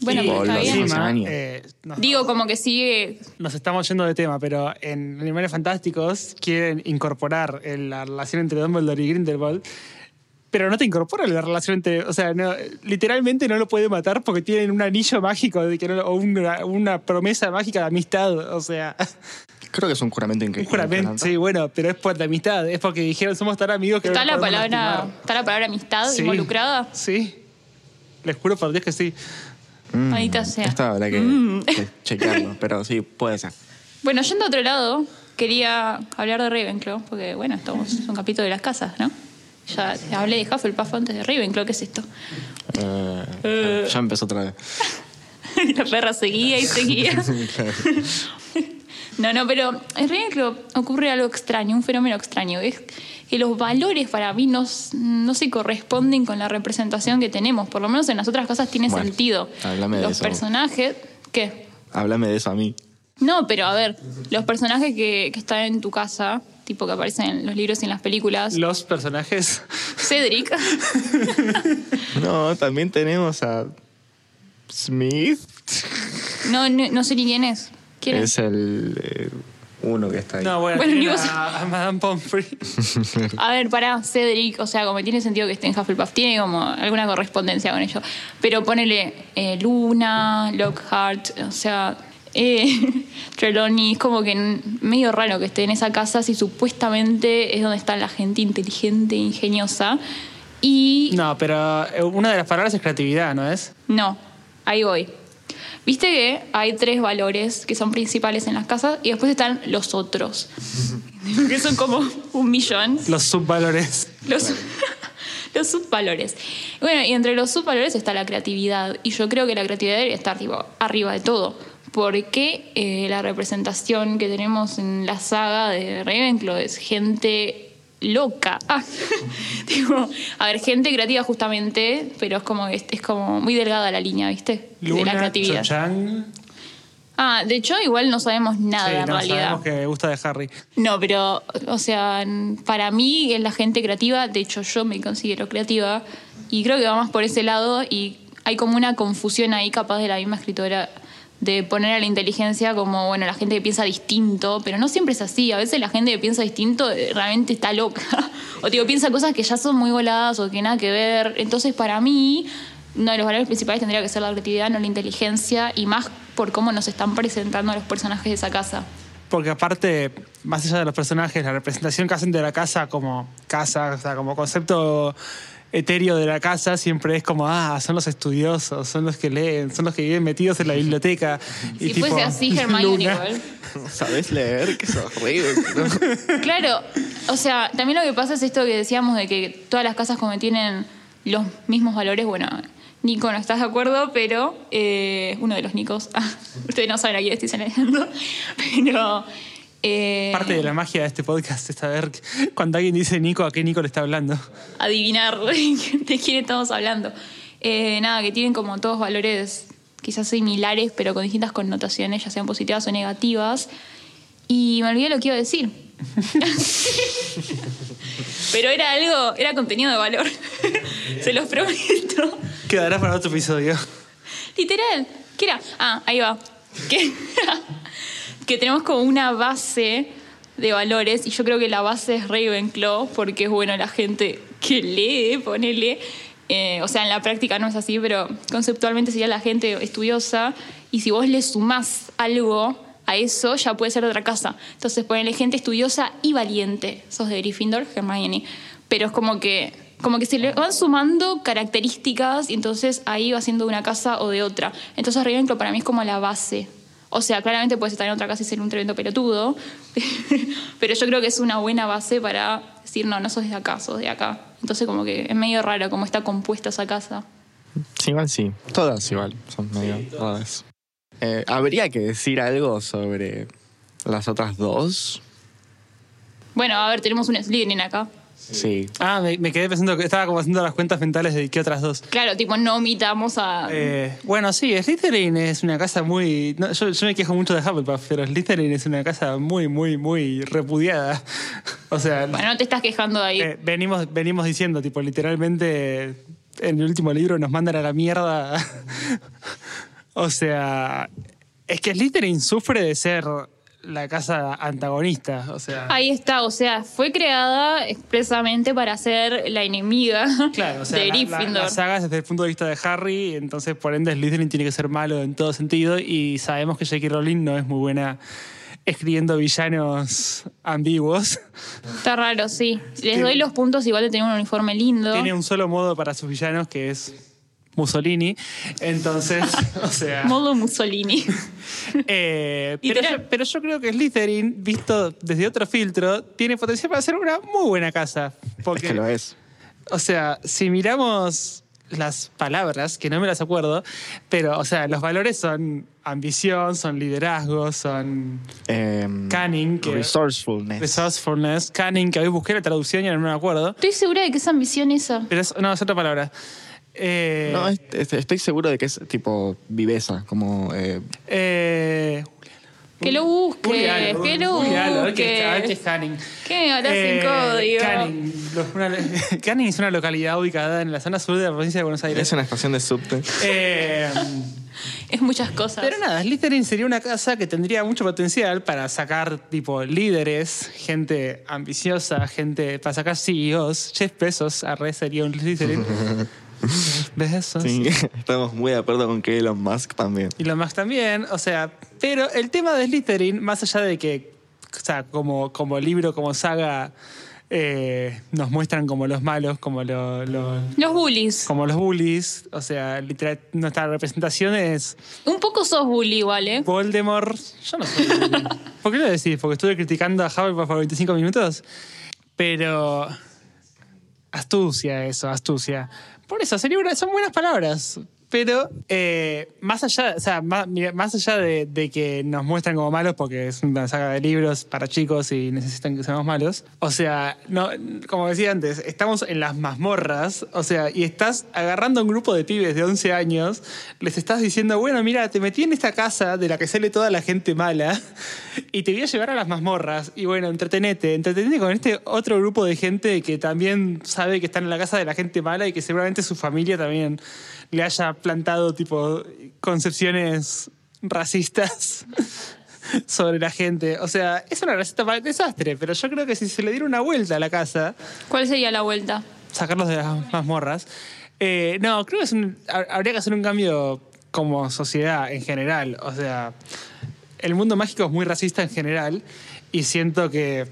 Speaker 3: bueno,
Speaker 1: Sí,
Speaker 3: pero está
Speaker 1: lo
Speaker 3: bien.
Speaker 1: hicimos. hace años.
Speaker 2: eh, no,
Speaker 3: Digo, como que sigue.
Speaker 2: nos estamos yendo de tema, pero en Animales Fantásticos quieren incorporar el- la relación entre Dumbledore y Grindelwald. Pero no te incorporan la relación entre. O sea, no, literalmente no lo puede matar porque tienen un anillo mágico de que no lo- o una, una promesa mágica de amistad. O sea,
Speaker 1: Creo que es un juramento
Speaker 2: un
Speaker 1: increíble.
Speaker 2: juramento. Sí, bueno, pero es por la amistad. Es porque dijeron somos tan amigos que. no
Speaker 3: Está
Speaker 2: nos
Speaker 3: la
Speaker 2: podemos
Speaker 3: palabra.
Speaker 2: lastimar".
Speaker 3: Está la palabra amistad
Speaker 2: Sí.
Speaker 3: involucrada.
Speaker 2: Sí. Les juro por Dios que sí.
Speaker 3: Maldita sea.
Speaker 1: Mm, Esta habrá que,
Speaker 3: Mm.
Speaker 1: que chequearlo, pero sí, puede ser.
Speaker 3: Bueno, yendo a otro lado, quería hablar de Ravenclaw, porque bueno, estamos es un capítulo de las casas, ¿no? Ya hablé de Hufflepuff antes de Ravenclaw, ¿qué es esto?
Speaker 1: Eh,
Speaker 3: Eh.
Speaker 1: Ya empezó otra vez.
Speaker 3: La perra seguía y seguía. No, no, pero en Ravenclaw ocurre algo extraño, un fenómeno extraño. Es que los valores para mí no, s- no se corresponden con la representación que tenemos. Por lo menos en las otras casas tiene
Speaker 1: Bueno,
Speaker 3: sentido.
Speaker 1: háblame de
Speaker 3: los
Speaker 1: eso.
Speaker 3: personajes. ¿Qué?
Speaker 1: Háblame de eso a mí.
Speaker 3: No, pero a ver, los personajes que, que están en tu casa, tipo que aparecen en los libros y en las películas.
Speaker 2: Los personajes.
Speaker 3: Cedric.
Speaker 1: No, también tenemos a Smith.
Speaker 3: No, no, no sé ni quién es. ¿Quién es?
Speaker 1: Es el eh, uno que está ahí.
Speaker 2: No, bueno,
Speaker 3: Bueno,
Speaker 2: tiene
Speaker 3: ni vos-
Speaker 2: a, a Madame Pomfrey.
Speaker 3: A ver, pará, Cedric, o sea, como tiene sentido que esté en Hufflepuff, tiene como alguna correspondencia con ello. Pero ponele eh, Luna, Lockhart, o sea, eh, Trelawney, es como que n- medio raro que esté en esa casa si supuestamente es donde está la gente inteligente, ingeniosa. Y
Speaker 2: No, pero eh, una de las palabras es creatividad, ¿no es?
Speaker 3: no, ahí voy. Viste que hay tres valores que son principales en las casas y después están los otros, que son como un millón.
Speaker 2: Los subvalores.
Speaker 3: Los, los subvalores. Bueno, y entre los subvalores está la creatividad. Y yo creo que la creatividad debería estar tipo, arriba de todo. Porque eh, la representación que tenemos en la saga de Ravenclaw es gente loca. Ah, tipo, a ver, gente creativa justamente, pero es como, es, es como muy delgada la línea, ¿viste? de la
Speaker 2: Luna,
Speaker 3: creatividad.
Speaker 2: Cho-Chang.
Speaker 3: Ah, de hecho, igual no sabemos nada
Speaker 2: Sí,
Speaker 3: en
Speaker 2: no,
Speaker 3: realidad.
Speaker 2: sabemos que gusta de Harry.
Speaker 3: No, pero, o sea, n- para mí es la gente creativa, de hecho yo me considero creativa y creo que va más por ese lado y hay como una confusión ahí capaz de la misma escritora de poner a la inteligencia como, bueno, la gente que piensa distinto, pero no siempre es así, a veces la gente que piensa distinto eh, realmente está loca, o digo, piensa cosas que ya son muy voladas o que nada que ver, entonces para mí uno de los valores principales tendría que ser la creatividad, no la inteligencia, y más por cómo nos están presentando a los personajes de esa casa.
Speaker 2: Porque aparte, más allá de los personajes, la representación que hacen de la casa como casa, o sea, como concepto etéreo de la casa, siempre es como, ah, son los estudiosos, son los que leen, son los que viven metidos en la biblioteca.
Speaker 3: Si fuese así, Hermione
Speaker 2: Luna.
Speaker 3: igual.
Speaker 1: ¿Sabes leer? Que sos horrible.
Speaker 3: Claro, o sea, también lo que pasa es esto que decíamos de que todas las casas como tienen los mismos valores. Bueno, Nico, no estás de acuerdo, pero eh, uno de los Nicos. Ah, ustedes no saben a quién estoy señalando, pero. eh,
Speaker 2: Parte de la magia de este podcast es saber cuando alguien dice Nico, a qué Nico le está hablando.
Speaker 3: adivinar de quién estamos hablando. Eh, nada, que tienen como todos valores quizás similares, pero con distintas connotaciones, ya sean positivas o negativas. Y me olvidé lo que iba a decir. pero era algo, era contenido de valor. Se los prometo.
Speaker 2: Quedará para otro episodio.
Speaker 3: Literal. ¿Qué era? Ah, ahí va. Que, que tenemos como una base de valores y yo creo que la base es Ravenclaw porque es bueno la gente que lee, ponele. Eh, o sea, en la práctica no es así, pero conceptualmente sería la gente estudiosa y si vos le sumás algo a eso, ya puede ser otra casa. Entonces ponele gente estudiosa y valiente. Sos de Gryffindor, Hermione. Pero es como que, como que se le van sumando características y entonces ahí va siendo de una casa o de otra. Entonces Ravenclaw para mí es como la base. O sea, claramente puedes estar en otra casa y ser un tremendo pelotudo, pero yo creo que es una buena base para decir, no, no sos de acá, sos de acá. Entonces como que es medio raro cómo está compuesta esa casa.
Speaker 1: Sí, igual sí. Todas igual. Son medio. todas. Eh, Habría que decir algo sobre las otras dos.
Speaker 3: Bueno, a ver, tenemos un Slytherin acá.
Speaker 1: Sí.
Speaker 2: Ah, me, me quedé pensando que estaba como haciendo las cuentas mentales de qué otras dos.
Speaker 3: Claro, tipo, no omitamos a...
Speaker 2: Eh, bueno, sí, Slytherin es una casa muy... no, yo, yo me quejo mucho de Hufflepuff, pero Slytherin es una casa muy, muy, muy repudiada. O sea,
Speaker 3: Bueno, no te estás quejando de ahí.
Speaker 2: eh, venimos, venimos diciendo, tipo, literalmente en el último libro nos mandan a la mierda. o sea, es que Slytherin sufre de ser la casa antagonista. O sea,
Speaker 3: Ahí está, o sea, fue creada expresamente para ser la enemiga
Speaker 2: Claro, o sea,
Speaker 3: de
Speaker 2: la- la,
Speaker 3: Gryffindor.
Speaker 2: la saga es desde el punto de vista de Harry, entonces por ende Slytherin tiene que ser malo en todo sentido y sabemos que J.K. Rowling no es muy buena escribiendo villanos ambiguos.
Speaker 3: Está raro, sí. Les doy los puntos igual de tener un uniforme lindo.
Speaker 2: Tiene un solo modo para sus villanos que es Mussolini. Entonces, o sea.
Speaker 3: Modo Mussolini.
Speaker 2: eh, pero,
Speaker 3: Literal.
Speaker 2: yo, pero yo creo que Slytherin, visto desde otro filtro, tiene potencial para ser una muy buena casa. Porque,
Speaker 1: Es que lo es.
Speaker 2: o sea, si miramos las palabras, que no me las acuerdo, pero, o sea, los valores son ambición, son liderazgo, son
Speaker 1: Em,
Speaker 2: Canning, que-
Speaker 1: Resourcefulness.
Speaker 2: resourcefulness, canning, que hoy busqué la traducción y no me acuerdo.
Speaker 3: Estoy segura de que es ambición esa.
Speaker 2: Pero es, no, es otra palabra. Eh,
Speaker 1: no, es- es- estoy seguro de que es tipo viveza, como eh,
Speaker 2: eh,
Speaker 3: Que lo busque,
Speaker 2: googlealo,
Speaker 3: que lo
Speaker 2: googlealo, a ver qué- a ver qué
Speaker 3: busque.
Speaker 2: es Canning.
Speaker 3: ¿Qué hablas
Speaker 2: Eh,
Speaker 3: sin código?
Speaker 2: Canning, lo- una- Canning es una localidad ubicada en la zona sur de la provincia de Buenos
Speaker 1: es
Speaker 2: Aires.
Speaker 1: una estación de subte.
Speaker 2: Eh,
Speaker 3: Es muchas cosas.
Speaker 2: pero nada, Slytherin sería una casa que tendría mucho potencial para sacar tipo líderes, gente ambiciosa, gente para sacar CEOs. Jeff Bezos, arre sería un Slytherin. Jeff Bezos.
Speaker 1: Sí, estamos muy de acuerdo con que Elon Musk también.
Speaker 2: Y los más también, o sea, pero el tema de Slytherin, más allá de que, o sea, como, como libro, como saga, eh, nos muestran como los malos, como, lo- lo-
Speaker 3: Los bullies.
Speaker 2: como los bullies, o sea, literal, nuestra representación es
Speaker 3: Un poco sos bully igual, ¿eh?
Speaker 2: Voldemort. Yo no soy bully. ¿Por qué lo decís? Porque estuve criticando a Hufflepuff por 25 minutos. Pero. Astucia, eso, astucia. Por eso, sería una- son buenas palabras. Pero eh, más allá, o sea, más, mira, más allá de, de que nos muestran como malos, porque es una saga de libros para chicos y necesitan que seamos malos, o sea, no, como decía antes, estamos en las mazmorras, o sea, y estás agarrando a un grupo de pibes de 11 años, les estás diciendo, bueno, mira, te metí en esta casa de la que sale toda la gente mala y te voy a llevar a las mazmorras y bueno, entretenete, entretenete con este otro grupo de gente que también sabe que están en la casa de la gente mala y que seguramente su familia también le haya plantado tipo concepciones racistas sobre la gente. O sea, es una receta para el desastre, pero yo creo que si se le diera una vuelta a la casa,
Speaker 3: ¿Cuál sería la vuelta?
Speaker 2: sacarlos de las mazmorras. Eh, no, creo que es un- ha- habría que hacer un cambio como sociedad en general. O sea, el mundo mágico es muy racista en general y siento que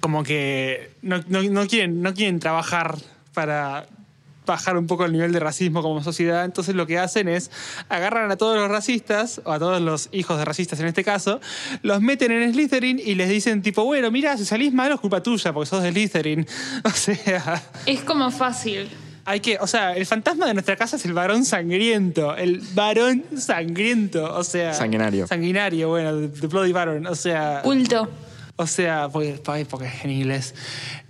Speaker 2: como que no, no- no quieren, no quieren trabajar para bajar un poco el nivel de racismo como sociedad, entonces lo que hacen es agarran a todos los racistas, o a todos los hijos de racistas en este caso, los meten en Slytherin y les dicen tipo, bueno, mira, si salís malo es culpa tuya porque sos de Slytherin. O sea,
Speaker 3: Es como fácil.
Speaker 2: hay que, o sea, el fantasma de nuestra casa es el varón sangriento, el varón sangriento, o sea...
Speaker 1: Sanguinario.
Speaker 2: Sanguinario, bueno, the, the bloody baron, o sea...
Speaker 3: Culto.
Speaker 2: O sea, porque, ay, porque es en inglés.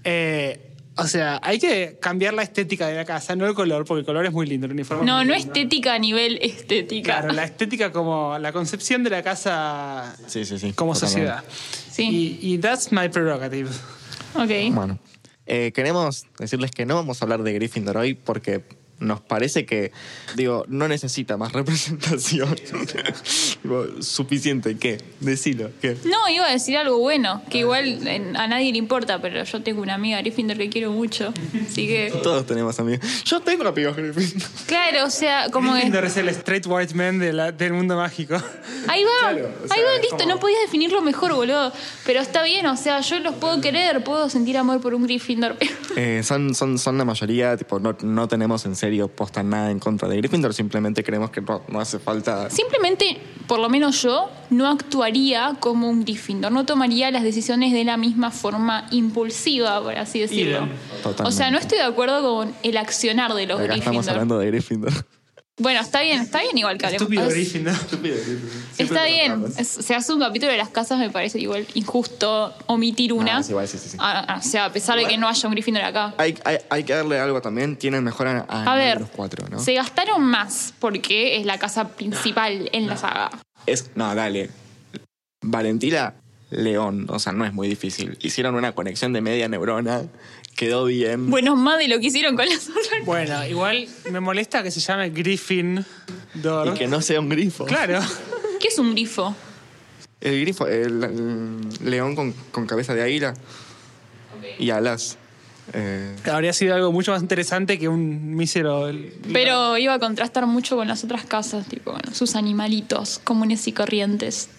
Speaker 2: Eh, o sea, hay que cambiar la estética de la casa, no el color, porque el color es muy lindo, el uniforme.
Speaker 3: No,
Speaker 2: es muy
Speaker 3: no
Speaker 2: lindo.
Speaker 3: estética a nivel estética.
Speaker 2: Claro, la estética como la concepción de la casa
Speaker 1: Sí, sí, sí.
Speaker 2: como
Speaker 1: totalmente.
Speaker 2: sociedad.
Speaker 3: Sí.
Speaker 2: Y, y that's my prerogative.
Speaker 3: Ok.
Speaker 1: Bueno, eh, queremos decirles que no vamos a hablar de Gryffindor hoy porque nos parece que, digo, no necesita más representación. Tipo, Suficiente, ¿qué? Decilo, ¿qué?
Speaker 3: No, iba a decir algo bueno, que igual en- a nadie le importa, pero yo tengo una amiga Gryffindor que quiero mucho. Así que.
Speaker 1: Todos tenemos amigos. Yo tengo amigos Gryffindor.
Speaker 3: Claro, o sea, como que.
Speaker 2: Gryffindor es el straight white man de la- del mundo mágico.
Speaker 3: Ahí va,
Speaker 1: Claro, o sea,
Speaker 3: ahí va,
Speaker 1: es
Speaker 3: listo,
Speaker 1: como-
Speaker 3: no podías definirlo mejor, boludo. Pero está bien, o sea, yo los puedo querer, puedo sentir amor por un Gryffindor.
Speaker 1: Eh, son, son, son la mayoría, tipo, no, no tenemos en serio posta nada en contra de Gryffindor, simplemente creemos que no, no hace falta.
Speaker 3: Simplemente, por lo menos yo, no actuaría como un Gryffindor, no tomaría las decisiones de la misma forma impulsiva, por así decirlo.
Speaker 2: Idem.
Speaker 1: Totalmente.
Speaker 3: O sea, no estoy de acuerdo con el accionar de los
Speaker 1: Acá estamos
Speaker 3: Gryffindor.
Speaker 1: hablando de Gryffindor.
Speaker 3: Bueno, está bien, está bien igual que hablemos.
Speaker 2: Estúpido
Speaker 3: Es-
Speaker 2: Gryffindor.
Speaker 3: Está bien, es- se hace un capítulo de las casas, me parece igual injusto omitir una.
Speaker 1: Ah, sí, igual, sí, sí, sí.
Speaker 3: Ah, ah, o sea, a pesar de que no haya un Gryffindor acá.
Speaker 1: Hay, hay, hay que darle algo también, tienen mejor a, a
Speaker 3: A ver,
Speaker 1: los cuatro, Ah, ¿no?
Speaker 3: se gastaron más porque es la casa principal en la saga.
Speaker 1: Es, no, dale. Valentina León, o sea, no es muy difícil. Hicieron una conexión de media neurona, quedó bien.
Speaker 3: Bueno, más de lo que hicieron con las otras.
Speaker 2: Bueno, igual me molesta que se llame Gryffindor.
Speaker 1: Y que no sea un grifo.
Speaker 2: Claro.
Speaker 3: ¿Qué es un grifo?
Speaker 1: El grifo, el, el león con, con cabeza de águila y alas. Eh,
Speaker 2: Habría sido algo mucho más interesante que un mísero.
Speaker 3: Pero iba a contrastar mucho con las otras casas, tipo, bueno, sus animalitos comunes y corrientes.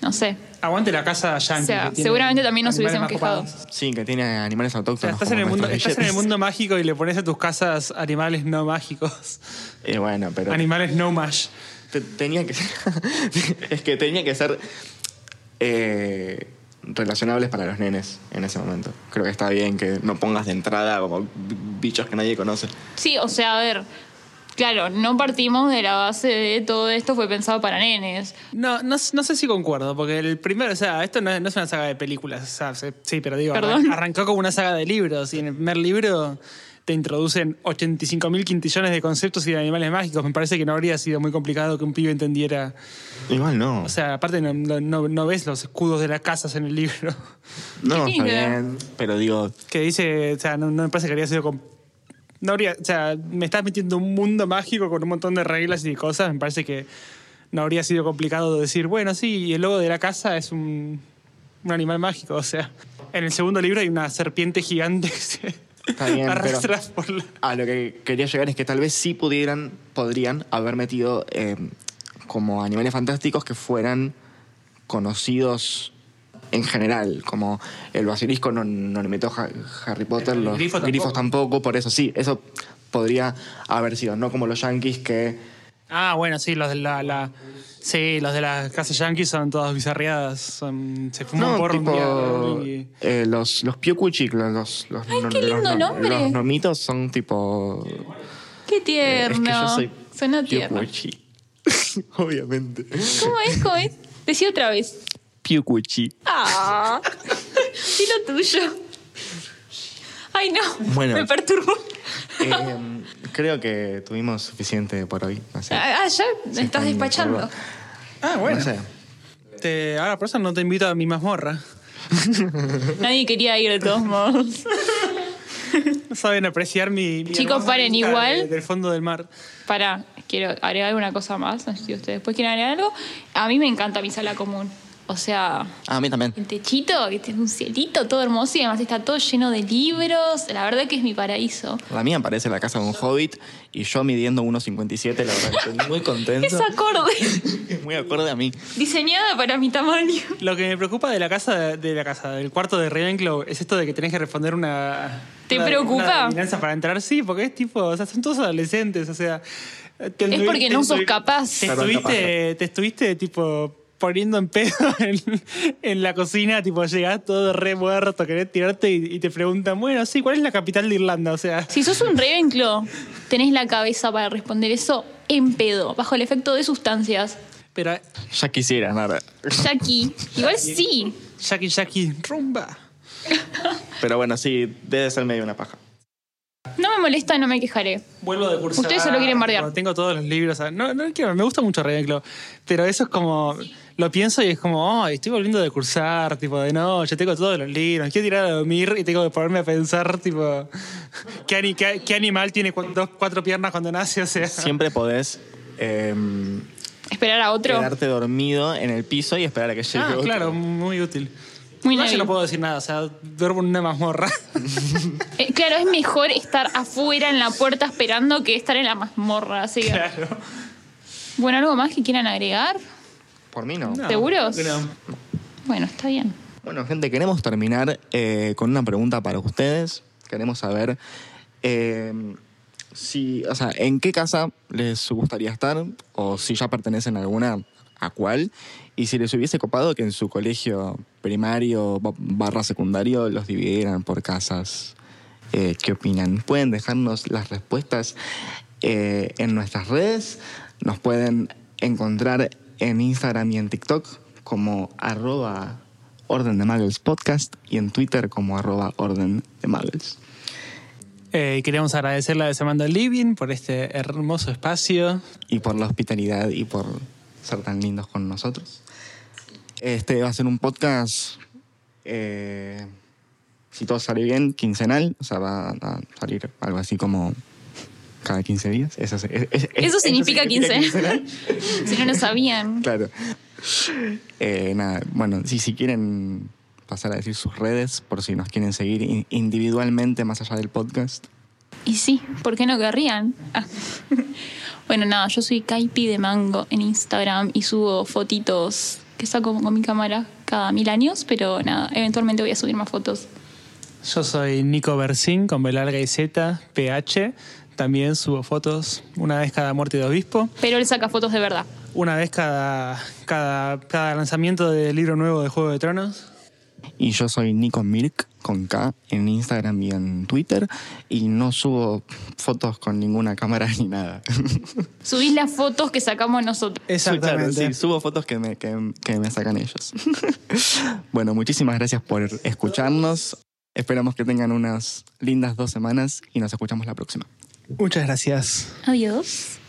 Speaker 3: No sé.
Speaker 2: Aguante la casa yankee.
Speaker 3: O sea,
Speaker 2: que tiene
Speaker 3: seguramente también nos
Speaker 2: animales
Speaker 3: hubiésemos
Speaker 2: más
Speaker 3: quejado.
Speaker 2: copados.
Speaker 1: Sí, que tiene animales
Speaker 2: O sea,
Speaker 1: autóctonos.
Speaker 2: estás, en
Speaker 1: como
Speaker 2: el mundo,
Speaker 1: nuestros
Speaker 2: estás en el
Speaker 1: billetes.
Speaker 2: mundo mágico y le pones a tus casas animales no mágicos.
Speaker 1: Eh, bueno, pero.
Speaker 2: Animales no mash.
Speaker 1: te- tenía que ser. es que tenía que ser. eh, relacionables para los nenes en ese momento. Creo que está bien que no pongas de entrada como bichos que nadie conoce.
Speaker 3: Sí, o sea, a ver. Claro, no partimos de la base de todo esto fue pensado para nenes.
Speaker 2: No, no, no sé si concuerdo, porque el primero, o sea, esto no, no es una saga de películas, o sea, se- sí, pero digo, arran-
Speaker 3: Perdón.
Speaker 2: arrancó como una saga de libros y en el primer libro te introducen 85.000 quintillones de conceptos y de animales mágicos. Me parece que no habría sido muy complicado que un pibe entendiera.
Speaker 1: Igual no.
Speaker 2: O sea, aparte no, no- no ves los escudos de las casas en el libro,
Speaker 1: no,
Speaker 3: ¿qué
Speaker 1: está
Speaker 3: tiene que ver?
Speaker 1: bien. Pero digo,
Speaker 2: que dice, o sea, no, no me parece que habría sido... com- No habría, o sea, me estás metiendo un mundo mágico con un montón de reglas y cosas, me parece que no habría sido complicado decir, bueno, sí, el logo de la casa es un, un animal mágico, o sea. En el segundo libro hay una serpiente gigante que se
Speaker 1: Está bien, pero-
Speaker 2: arrastra por la...
Speaker 1: A lo que quería llegar es que tal vez sí pudieran, podrían haber metido eh, como animales fantásticos que fueran conocidos en general, como el basilisco no, no lo metió Ha- Harry Potter,
Speaker 2: El
Speaker 1: los
Speaker 2: grifo tampoco.
Speaker 1: grifos tampoco, por eso sí, eso podría haber sido, no como los yankees que...
Speaker 2: Ah, bueno, sí, los de la... la- Sí, los de las casas yankees son todas bizarriadas. son- se fuman
Speaker 1: No,
Speaker 2: por
Speaker 1: tipo,
Speaker 2: un día. y-
Speaker 1: eh, los, los Piocuchi, los, los, los,
Speaker 3: Ay,
Speaker 1: no-
Speaker 3: qué
Speaker 1: los
Speaker 3: lindo
Speaker 1: no-
Speaker 3: nombre.
Speaker 1: los nomitos son tipo...
Speaker 3: Qué
Speaker 1: eh, es
Speaker 3: tierno.
Speaker 1: que yo soy
Speaker 3: Suena tierno.
Speaker 1: Piocuchi. Obviamente.
Speaker 3: ¿Cómo es, cómo es? Decí otra vez.
Speaker 1: Piocuchi.
Speaker 3: Ah. Dilo tuyo. Ay, no.
Speaker 1: Bueno.
Speaker 3: Me perturbó.
Speaker 1: Eh, creo que tuvimos suficiente por hoy. No sé.
Speaker 3: Ah, ya
Speaker 1: Se
Speaker 3: estás
Speaker 1: están
Speaker 3: despachando.
Speaker 1: perturbando.
Speaker 2: Ah, bueno.
Speaker 1: No sé.
Speaker 2: Te- ahora por eso no te invito a mi mazmorra.
Speaker 3: Nadie quería ir de todos modos.
Speaker 2: No saben apreciar mi... mi
Speaker 3: Chicos,
Speaker 2: hermosa
Speaker 3: paren,
Speaker 2: vista
Speaker 3: igual.
Speaker 2: de- del fondo del mar.
Speaker 3: Para, quiero agregar una cosa más. No sé si ustedes después quieren agregar algo. A mí me encanta mi sala común. O sea,
Speaker 1: Ah, A mí también.
Speaker 3: el techito, que es un cielito todo hermoso y además está todo lleno de libros. La verdad que es mi paraíso.
Speaker 1: La mía parece la casa de un hobbit y yo midiendo 1,57, la verdad que estoy muy
Speaker 3: Es
Speaker 1: contento.
Speaker 3: acorde.
Speaker 1: Muy acorde a mí.
Speaker 3: Diseñada para mi tamaño.
Speaker 2: Lo que me preocupa de la casa, de la casa, del cuarto de Ravenclaw, es esto de que tenés que responder una.
Speaker 3: ¿Te
Speaker 2: una-
Speaker 3: preocupa?
Speaker 2: una adivinanza para entrar, sí, porque es tipo, o sea, son todos adolescentes, o sea. te estuvi-
Speaker 3: porque no sos
Speaker 2: estuvi-
Speaker 3: capaz.
Speaker 2: Te
Speaker 1: Claro,
Speaker 2: estuviste, te estuviste, tipo, poniendo en pedo en, en la cocina, tipo, llegás todo re muerto, querés tirarte y, y te preguntan, bueno, sí, ¿cuál es la capital de Irlanda? O sea.
Speaker 3: Si sos un Ravenclaw, tenés la cabeza para responder eso en pedo, bajo el efecto de sustancias.
Speaker 2: Pero, eh,
Speaker 1: Ya quisiera, nada.
Speaker 3: Jackie, igual sí.
Speaker 2: Jackie, Jackie, rumba.
Speaker 1: Pero bueno, sí, debe ser medio una paja.
Speaker 3: No me molesta, no me quejaré.
Speaker 2: Vuelvo de cursar.
Speaker 3: Ustedes solo quieren bardear.
Speaker 2: tipo, Tengo todos los libros. ah, No, no quiero, me gusta mucho Ravenclaw. Pero eso es como. Lo pienso y es como, oh, estoy volviendo de cursar, tipo, de no, yo tengo todos los libros, quiero tirar a dormir y tengo que ponerme a pensar, tipo, ¿qué, ani- qué- qué animal tiene cu- dos, cuatro piernas cuando nace? O sea,
Speaker 1: Siempre podés eh,
Speaker 3: Esperar a otro.
Speaker 1: quedarte dormido en el piso y esperar a que llegue
Speaker 2: ah,
Speaker 1: otro.
Speaker 2: claro, muy útil.
Speaker 3: Muy
Speaker 2: Igual yo
Speaker 3: débil.
Speaker 2: no puedo decir nada, o sea, duermo en una mazmorra.
Speaker 3: Eh, claro, es mejor estar afuera en la puerta esperando que estar en la mazmorra. Así que,
Speaker 2: claro.
Speaker 3: bueno, ¿algo más que quieran agregar?
Speaker 1: Por mí no.
Speaker 2: No,
Speaker 3: ¿Seguros?
Speaker 2: no.
Speaker 3: Bueno, está bien.
Speaker 1: Bueno, gente, queremos terminar eh, con una pregunta para ustedes. Queremos saber eh, si, o sea, en qué casa les gustaría estar o si ya pertenecen a alguna, a cuál. Y si les hubiese copado que en su colegio primario ba- barra secundario los dividieran por casas. Eh, ¿Qué opinan? Pueden dejarnos las respuestas eh, en nuestras redes. Nos pueden encontrar en Instagram y en TikTok como arroba Orden de Muggles Podcast y en Twitter como arroba Orden de Muggles.
Speaker 2: Eh, queremos agradecerle a Semando Living por este hermoso espacio.
Speaker 1: Y por la hospitalidad y por ser tan lindos con nosotros. Este va a ser un podcast, eh, si todo sale bien, quincenal. O sea, va a salir algo así como cada 15 días. Eso, se- es- es-
Speaker 3: Eso significa 15.
Speaker 1: quincenal.
Speaker 3: Si no lo sabían.
Speaker 1: Claro. Eh, nada, bueno, si, si quieren pasar a decir sus redes, por si nos quieren seguir in- individualmente más allá del podcast.
Speaker 3: Y sí, ¿por qué no querrían? Ah. bueno, nada, yo soy Caipi de Mango en Instagram y subo fotitos que saco con mi cámara cada mil años, pero nada, eventualmente voy a subir más fotos.
Speaker 2: Yo soy Nico Bersin con B larga y Z, PH. También subo fotos una vez cada muerte de obispo,
Speaker 3: Pero él saca fotos de verdad.
Speaker 2: una vez cada, cada, cada lanzamiento del libro nuevo de Juego de Tronos.
Speaker 1: Y yo soy Nico Mirk con K en Instagram y en Twitter y no subo fotos con ninguna cámara ni nada.
Speaker 3: Subís las fotos que sacamos nosotros.
Speaker 1: Claro, sí, subo fotos que me, que- que me sacan ellos. bueno, muchísimas gracias por escucharnos. Esperamos que tengan unas lindas dos semanas y nos escuchamos la próxima.
Speaker 2: Muchas gracias.
Speaker 3: Adiós.